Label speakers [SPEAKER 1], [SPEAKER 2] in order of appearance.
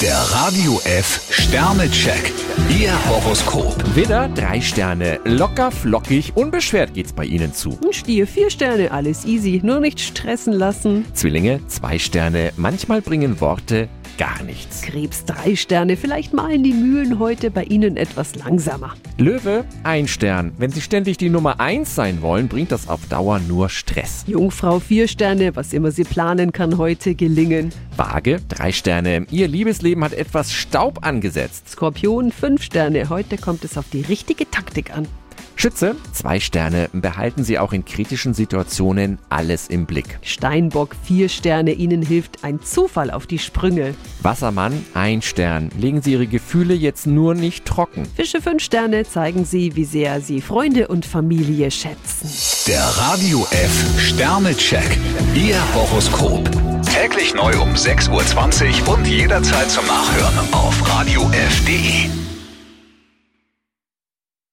[SPEAKER 1] Der Radio F Sternecheck. Ihr Horoskop.
[SPEAKER 2] Widder, drei Sterne. Locker, flockig, unbeschwert geht's bei Ihnen zu.
[SPEAKER 3] Ein Stier, vier Sterne, alles easy, nur nicht stressen lassen.
[SPEAKER 2] Zwillinge, zwei Sterne. Manchmal bringen Worte gar nichts.
[SPEAKER 3] Krebs, drei Sterne, vielleicht malen die Mühlen heute bei Ihnen etwas langsamer.
[SPEAKER 2] Löwe, ein Stern. Wenn Sie ständig die Nummer eins sein wollen, bringt das auf Dauer nur Stress.
[SPEAKER 3] Jungfrau, vier Sterne, was immer Sie planen, kann heute gelingen.
[SPEAKER 2] Waage, drei Sterne. Ihr Liebesleben hat etwas Staub angesetzt.
[SPEAKER 3] Skorpion, fünf Sterne, heute kommt es auf die richtige Taktik an.
[SPEAKER 2] Schütze, zwei Sterne. Behalten Sie auch in kritischen Situationen alles im Blick.
[SPEAKER 3] Steinbock, vier Sterne, Ihnen hilft ein Zufall auf die Sprünge.
[SPEAKER 2] Wassermann, ein Stern. Legen Sie Ihre Gefühle jetzt nur nicht trocken.
[SPEAKER 3] Fische, fünf Sterne, zeigen Sie, wie sehr Sie Freunde und Familie schätzen.
[SPEAKER 1] Der Radio F Sternecheck. Ihr Horoskop. Täglich neu um 6.20 Uhr und jederzeit zum Nachhören auf Radio F.